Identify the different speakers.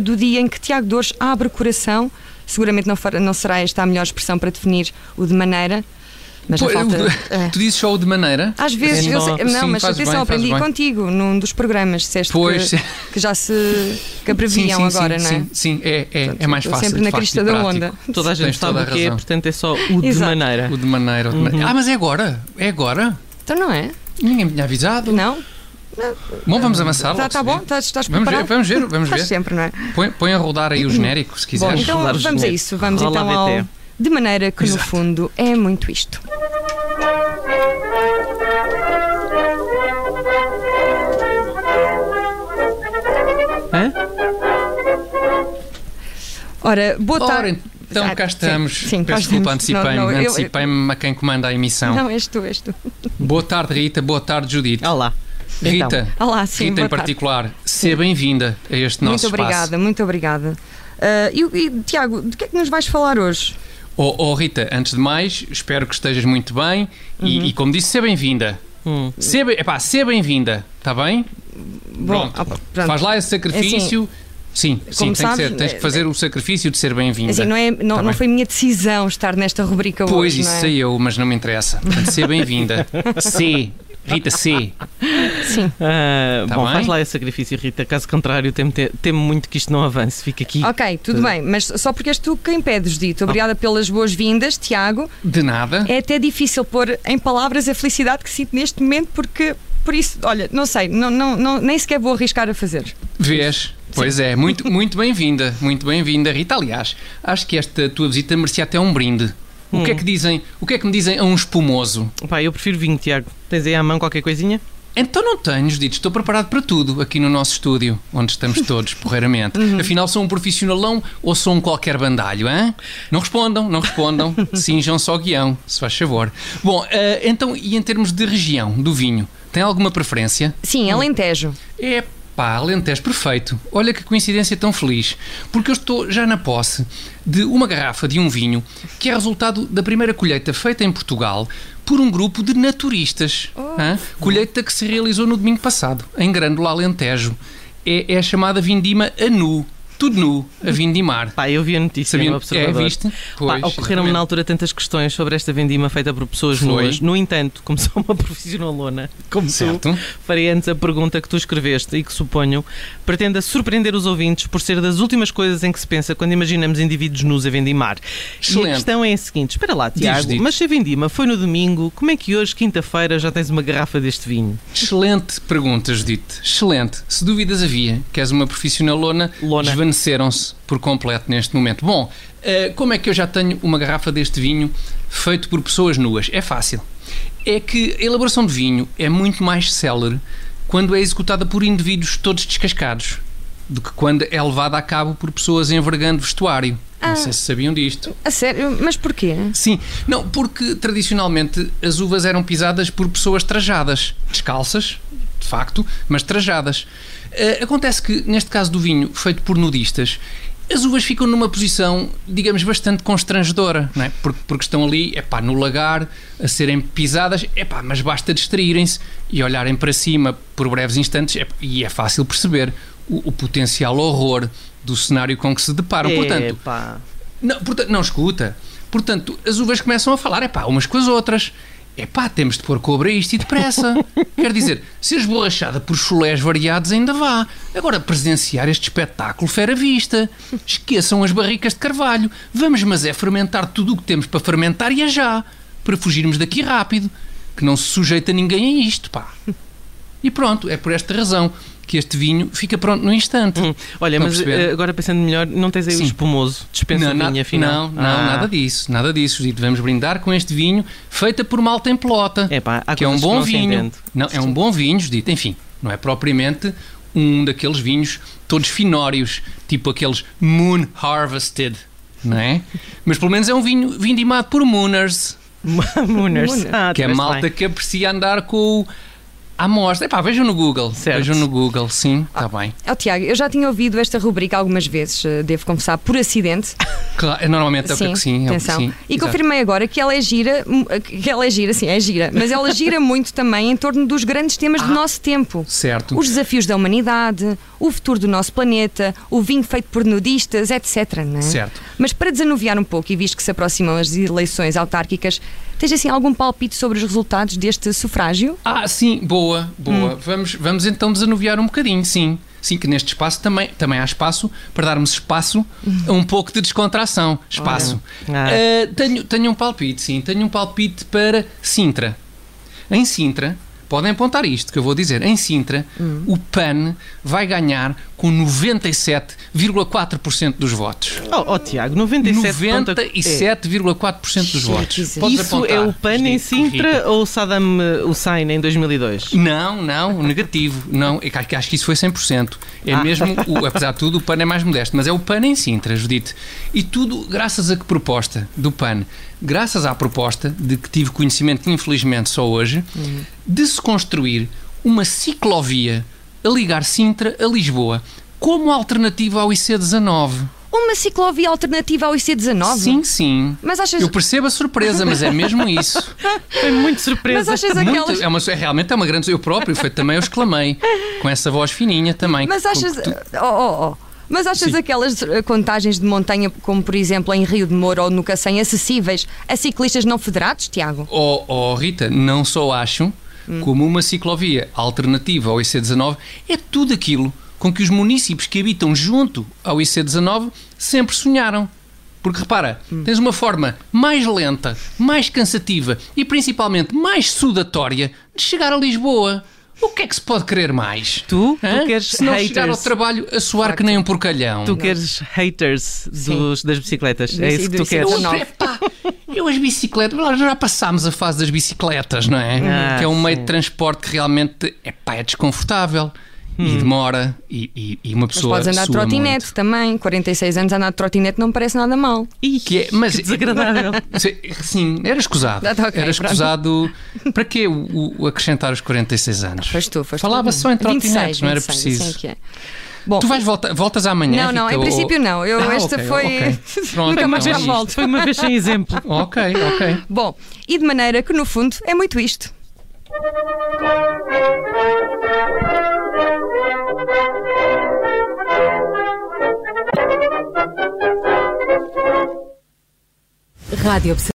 Speaker 1: do dia em que Tiago Dores abre o coração. Seguramente não, for- não será esta a melhor expressão para definir o de maneira, mas já
Speaker 2: Pô, eu-
Speaker 1: falta. é. Ah,
Speaker 2: Tu dizes show de maneira?
Speaker 1: Às vezes,
Speaker 2: Sim,
Speaker 1: eu sei-
Speaker 2: sim,
Speaker 1: não, mas
Speaker 2: fazes
Speaker 1: atenção,
Speaker 2: bem,
Speaker 1: aprendi
Speaker 2: fazes bem.
Speaker 1: contigo num dos programas, disseste
Speaker 2: Pois,
Speaker 1: que,
Speaker 2: sim.
Speaker 1: que já se que a
Speaker 2: Sim,
Speaker 1: previam
Speaker 2: sim,
Speaker 1: agora,
Speaker 2: sim,
Speaker 1: não é?
Speaker 2: Sim, sim, é, é, é mais
Speaker 1: Estou
Speaker 2: fácil.
Speaker 1: sempre
Speaker 2: de
Speaker 1: na
Speaker 2: facto,
Speaker 1: crista
Speaker 2: e
Speaker 1: da
Speaker 2: prático.
Speaker 1: onda.
Speaker 3: Toda a gente
Speaker 2: Tens
Speaker 3: sabe
Speaker 2: toda a
Speaker 3: o que é,
Speaker 2: razão.
Speaker 3: portanto é só o de
Speaker 1: Exato.
Speaker 3: maneira.
Speaker 2: O de maneira. o de maneira. Ah, mas é agora? É agora?
Speaker 1: Então não é?
Speaker 2: Ninguém me tinha avisado.
Speaker 1: Não?
Speaker 2: Bom, vamos avançar.
Speaker 1: Está
Speaker 2: logo
Speaker 1: tá
Speaker 2: se
Speaker 1: bom?
Speaker 2: vê.
Speaker 1: Estás, estás
Speaker 2: Vamos ver,
Speaker 1: preparado?
Speaker 2: vamos ver, vamos
Speaker 1: Estás
Speaker 2: ver.
Speaker 1: sempre, não é?
Speaker 2: Põe, põe a rodar aí o genérico, se
Speaker 1: Uhum. Bom,
Speaker 2: quiseres.
Speaker 1: então
Speaker 3: rolar os
Speaker 1: vamos a
Speaker 3: dinheiro.
Speaker 1: isso. Vamos
Speaker 3: Rola a
Speaker 1: então ao.
Speaker 3: BT.
Speaker 1: De maneira que, no
Speaker 2: Exato.
Speaker 1: fundo, é muito isto.
Speaker 3: Hã?
Speaker 1: Ora, boa
Speaker 2: Ora,
Speaker 1: tarde.
Speaker 2: então
Speaker 1: Ah,
Speaker 2: cá
Speaker 1: sim,
Speaker 2: estamos.
Speaker 1: sim, cá
Speaker 2: Peço desculpa,
Speaker 1: estamos. Não, não,
Speaker 2: antecipei-me
Speaker 1: eu-
Speaker 2: antecipei-me a quem comanda a emissão.
Speaker 1: Não, és tu, és tu.
Speaker 2: Boa tarde, Rita. Boa tarde, Judite.
Speaker 3: Olá.
Speaker 2: Rita,
Speaker 3: Então,
Speaker 1: Olá, sim,
Speaker 2: Rita em
Speaker 1: boa tarde.
Speaker 2: particular, seja bem-vinda a este nosso
Speaker 1: Muito
Speaker 2: espaço.
Speaker 1: obrigada, muito obrigada. Ah, e, o- e, Tiago, de que é que nos vais falar hoje?
Speaker 2: Oh, oh, Rita, antes de mais, espero que estejas muito bem
Speaker 1: Uhum.
Speaker 2: e, e, como disse, seja bem-vinda.
Speaker 3: hum,
Speaker 2: Seja bem- epá, seja bem-vinda, está bem? Pronto.
Speaker 1: ah, pronto. assim,
Speaker 2: Faz lá esse sacrifício. sim, sim, tem
Speaker 1: como sabes,
Speaker 2: que ser. Tens
Speaker 1: é-
Speaker 2: que fazer o sacrifício de ser bem-vinda.
Speaker 1: Assim, não, é, não,
Speaker 2: Tá
Speaker 1: não
Speaker 2: bem.
Speaker 1: foi minha decisão estar nesta rubrica
Speaker 2: Pois,
Speaker 1: hoje.
Speaker 2: isso
Speaker 1: não é?
Speaker 2: sei eu, mas não me interessa. Portanto, seja bem-vinda. C, Rita C.
Speaker 1: Sim.
Speaker 3: ah,
Speaker 2: Tá
Speaker 3: bom,
Speaker 2: bem?
Speaker 3: faz lá esse sacrifício, Rita. Caso contrário, temo, te- temo muito que isto não avance. Fica aqui.
Speaker 1: Ok, tudo bem, mas só porque és tu quem pedes, Dito. Obrigada pelas boas-vindas, Tiago.
Speaker 2: De nada.
Speaker 1: É até difícil pôr em palavras a felicidade que sinto neste momento, porque, por isso, olha, não sei, não, não, não- nem sequer vou arriscar a fazer.
Speaker 2: Vês? Pois é, muito, muito bem-vinda, muito bem-vinda, Rita. Aliás, acho que esta tua visita merecia até um brinde. O
Speaker 1: Hum.
Speaker 2: que é que dizem? O que é que me dizem a um espumoso?
Speaker 3: Pá, eu prefiro vinho, Tiago. Tens aí à mão qualquer coisinha?
Speaker 2: Então não tenho, dito, estou preparado para tudo aqui no nosso estúdio, onde estamos todos porreiramente. Afinal, sou um profissionalão ou sou um qualquer bandalho, hein? Não respondam, não respondam, sinjam só guião, se faz favor. Bom, eh, então, e em termos de região do vinho, tem alguma preferência?
Speaker 1: Sim, Alentejo.
Speaker 2: É pá, Alentejo, perfeito. Olha que coincidência tão feliz. Porque eu estou já na posse de uma garrafa de um vinho que é resultado da primeira colheita feita em Portugal por um grupo de naturistas. hã? Colheita que se realizou no domingo passado, em Grândola Alentejo. É, é a chamada vindima a nu. Tudo nu, a vindimar.
Speaker 3: Pá, eu vi a notícia
Speaker 2: Sabiam-
Speaker 3: no É um Observador.
Speaker 2: É, viste?
Speaker 3: Pá,
Speaker 2: Pois,
Speaker 3: ocorreram-me na
Speaker 2: exatamente.
Speaker 3: altura tantas questões sobre esta vendima feita por pessoas
Speaker 2: Foi.
Speaker 3: nuas. No entanto, como sou uma profissionalona, como tu,
Speaker 2: Certo?
Speaker 3: Farei antes a pergunta que tu escreveste e que suponho pretenda surpreender os ouvintes por ser das últimas coisas em que se pensa quando imaginamos indivíduos nus a vendimar. E a
Speaker 2: Excelente.
Speaker 3: questão é a seguinte: espera lá,
Speaker 2: Diz,
Speaker 3: Tiago,
Speaker 2: diz.
Speaker 3: mas se a vendima foi no domingo, como é que hoje, quinta-feira, já tens uma garrafa deste vinho?
Speaker 2: Excelente pergunta, Judite. Excelente. Se dúvidas havia, que és uma profissionalona,
Speaker 3: Lona.
Speaker 2: desvaneceram-se por completo neste momento. Bom, eh, como é que eu já tenho uma garrafa deste vinho feito por pessoas nuas? É fácil. É que a elaboração de vinho é muito mais célere quando é executada por indivíduos todos descascados do que quando é levada a cabo por pessoas envergando vestuário. Não sei se sabiam disto.
Speaker 1: A sério, mas porquê?
Speaker 2: Sim, não, porque tradicionalmente as uvas eram pisadas por pessoas trajadas, descalças, de facto, mas trajadas. Ah, acontece que, neste caso do vinho feito por nudistas, as uvas ficam numa posição, digamos, bastante constrangedora, não é? Porque, porque estão ali, é pá, no lagar, a serem pisadas, é pá, mas basta distraírem-se e olharem para cima por breves instantes, epá, e é fácil perceber o, o potencial horror do cenário com que se deparam. Ah,
Speaker 3: É,
Speaker 2: Portanto,
Speaker 3: Epá.
Speaker 2: não, portanto, não escuta. Portanto, as uvas começam a falar, é pá, umas com as outras. É pá, temos de pôr cobra a isto e depressa. Quer dizer, ser esborrachada por chulés variados ainda vá. Agora, presenciar este espetáculo fera vista. Esqueçam as barricas de carvalho. Vamos, mas é fermentar tudo o que temos para fermentar e é já. Para fugirmos daqui rápido. Que não se sujeita ninguém a isto, pá. E pronto, é por esta razão que este vinho fica pronto no instante.
Speaker 3: Hum, Olha,
Speaker 2: Estão a
Speaker 3: mas
Speaker 2: perceber?
Speaker 3: eh, agora pensando melhor, não tens aí o
Speaker 2: Sim.
Speaker 3: espumoso? Dispensa
Speaker 2: na-
Speaker 3: a minha, um afinal. Ah.
Speaker 2: Não, não, nada disso, nada disso. Judito. Vamos brindar com este vinho feita por malta em pelota,
Speaker 3: É pá, há
Speaker 2: que é um
Speaker 3: coisas
Speaker 2: bom
Speaker 3: não se
Speaker 2: vinho.
Speaker 3: entende.
Speaker 2: Não, é um bom vinho, Judito. Enfim, não é propriamente um daqueles vinhos todos finórios, tipo aqueles Moon Harvested, não é? Mas pelo menos é um vinho vindimado por Mooners,
Speaker 3: Mooners.
Speaker 1: Mooners.
Speaker 3: Ah,
Speaker 2: que é
Speaker 3: tiveste
Speaker 2: malta
Speaker 3: bem.
Speaker 2: que aprecia andar com o À mostra. Epá, vejam no Google.
Speaker 3: Certo. Ah.
Speaker 2: Vejam no Google, sim. Está bem.
Speaker 1: Ó É Tiago, eu já tinha ouvido esta rubrica algumas vezes, eh, devo confessar, por acidente.
Speaker 2: Claro, normalmente é o que é que sim. É o que
Speaker 1: atenção.
Speaker 2: sim.
Speaker 1: E
Speaker 2: Exato.
Speaker 1: confirmei agora que ela é gira, mu- que ela é gira, sim, é gira, mas ela gira muito também em torno dos grandes temas
Speaker 2: Ah.
Speaker 1: do nosso tempo.
Speaker 2: Certo.
Speaker 1: Os desafios da humanidade, o futuro do nosso planeta, o vinho feito por nudistas, etc. Não é?
Speaker 2: Certo.
Speaker 1: Mas para desanuviar um pouco e visto que se aproximam as eleições autárquicas, tens assim algum palpite sobre os resultados deste sufrágio?
Speaker 2: Ah, sim, boa, boa.
Speaker 3: Hum.
Speaker 2: Vamos, vamos então desanuviar um bocadinho, sim. Sim, que neste espaço também, também há espaço para darmos espaço a um pouco de descontração. Espaço.
Speaker 3: Ah.
Speaker 2: Ah, tenho, tenho um palpite, sim. Tenho um palpite para Sintra. Em Sintra, podem apontar isto que eu vou dizer, em Sintra,
Speaker 3: Hum.
Speaker 2: o PAN vai ganhar com 97,4% dos votos.
Speaker 3: Oh, oh, Tiago, 97.
Speaker 2: 97,4% dos
Speaker 1: Jesus.
Speaker 2: votos.
Speaker 1: Isso
Speaker 2: Podes
Speaker 3: Isso
Speaker 2: apontar.
Speaker 3: é o PAN em Sintra ou o Saddam Hussein em 2002?
Speaker 2: Não, não, negativo. Não, é que acho que- acho que isso foi 100%. É mesmo, o- apesar de tudo, o PAN é mais modesto, mas é o PAN em Sintra, Judite. E tudo graças a que proposta do PAN? Graças à proposta, de que tive conhecimento, infelizmente, só hoje, de se construir uma ciclovia a ligar Sintra a Lisboa como alternativa ao IC19.
Speaker 1: Uma ciclovia alternativa ao IC19?
Speaker 2: Sim, sim.
Speaker 1: Mas achas,
Speaker 2: Eu percebo a surpresa, mas é mesmo isso.
Speaker 3: Foi muito
Speaker 1: mas
Speaker 3: surpresa.
Speaker 1: achas
Speaker 2: Muito,
Speaker 1: aquelas.
Speaker 2: é uma, é realmente é uma grande. Eu próprio foi, também eu exclamei com essa voz fininha também.
Speaker 1: Mas
Speaker 2: com-
Speaker 1: achas.
Speaker 2: com-
Speaker 1: Oh, oh, oh. Mas achas
Speaker 2: Sim.
Speaker 1: aquelas eh, contagens de montanha, como por exemplo em Rio de Moura ou no Cacém, acessíveis a ciclistas não federados, Tiago?
Speaker 2: Oh, oh, Rita, não só acho,
Speaker 1: Hum.
Speaker 2: como uma ciclovia alternativa ao IC19 é tudo aquilo com que os municípios que habitam junto ao IC19 sempre sonharam. Porque repara,
Speaker 1: Hum.
Speaker 2: tens uma forma mais lenta, mais cansativa e principalmente mais sudatória de chegar a Lisboa. O que é que se pode querer mais?
Speaker 3: Tu,
Speaker 2: Hã?
Speaker 3: tu queres
Speaker 2: se não chegar ao
Speaker 3: haters.
Speaker 2: trabalho a suar que nem um porcalhão.
Speaker 3: Tu queres haters dos- das bicicletas. É
Speaker 1: Desse-
Speaker 3: isso que tu
Speaker 1: desse-
Speaker 3: queres.
Speaker 1: Não,
Speaker 2: Eu,
Speaker 1: Nove.
Speaker 2: epá, eu as bicicletas, nós já passámos a fase das bicicletas, não é?
Speaker 3: Ah,
Speaker 2: que é um meio
Speaker 3: sim.
Speaker 2: de transporte que realmente epá, é desconfortável e demora e, e- e uma
Speaker 1: Hum. Mas
Speaker 2: pessoa.
Speaker 1: podes andar de
Speaker 2: sua
Speaker 1: trotinete também. 46 anos andar de trotinete não me parece nada mal.
Speaker 3: Ih,
Speaker 2: Que é- mas-
Speaker 3: que desagradável.
Speaker 2: muito. Sim, Sim, era escusado.
Speaker 1: Ah, tá, ok, pronto.
Speaker 2: era escusado. Para quê o, o acrescentar os 46 anos?
Speaker 1: Pois tu, foste
Speaker 2: Falava
Speaker 1: tu.
Speaker 2: só em trotinetes,
Speaker 1: 26,
Speaker 2: não era
Speaker 1: 26,
Speaker 2: preciso.
Speaker 1: assim é que é. Bom,
Speaker 2: Tu vais volta, voltas amanhã? é
Speaker 1: não, não,
Speaker 2: Rita,
Speaker 1: em
Speaker 2: ou-
Speaker 1: princípio não. Eu,
Speaker 2: Ah,
Speaker 1: esta
Speaker 2: ok,
Speaker 1: foi.
Speaker 2: ok. Pronto,
Speaker 1: Nunca mais
Speaker 2: então
Speaker 1: já
Speaker 2: é isto.
Speaker 1: volto.
Speaker 3: Foi uma vez sem exemplo.
Speaker 2: Ok, ok.
Speaker 1: Bom, e de maneira que no fundo é muito isto.
Speaker 4: Rádio Observador.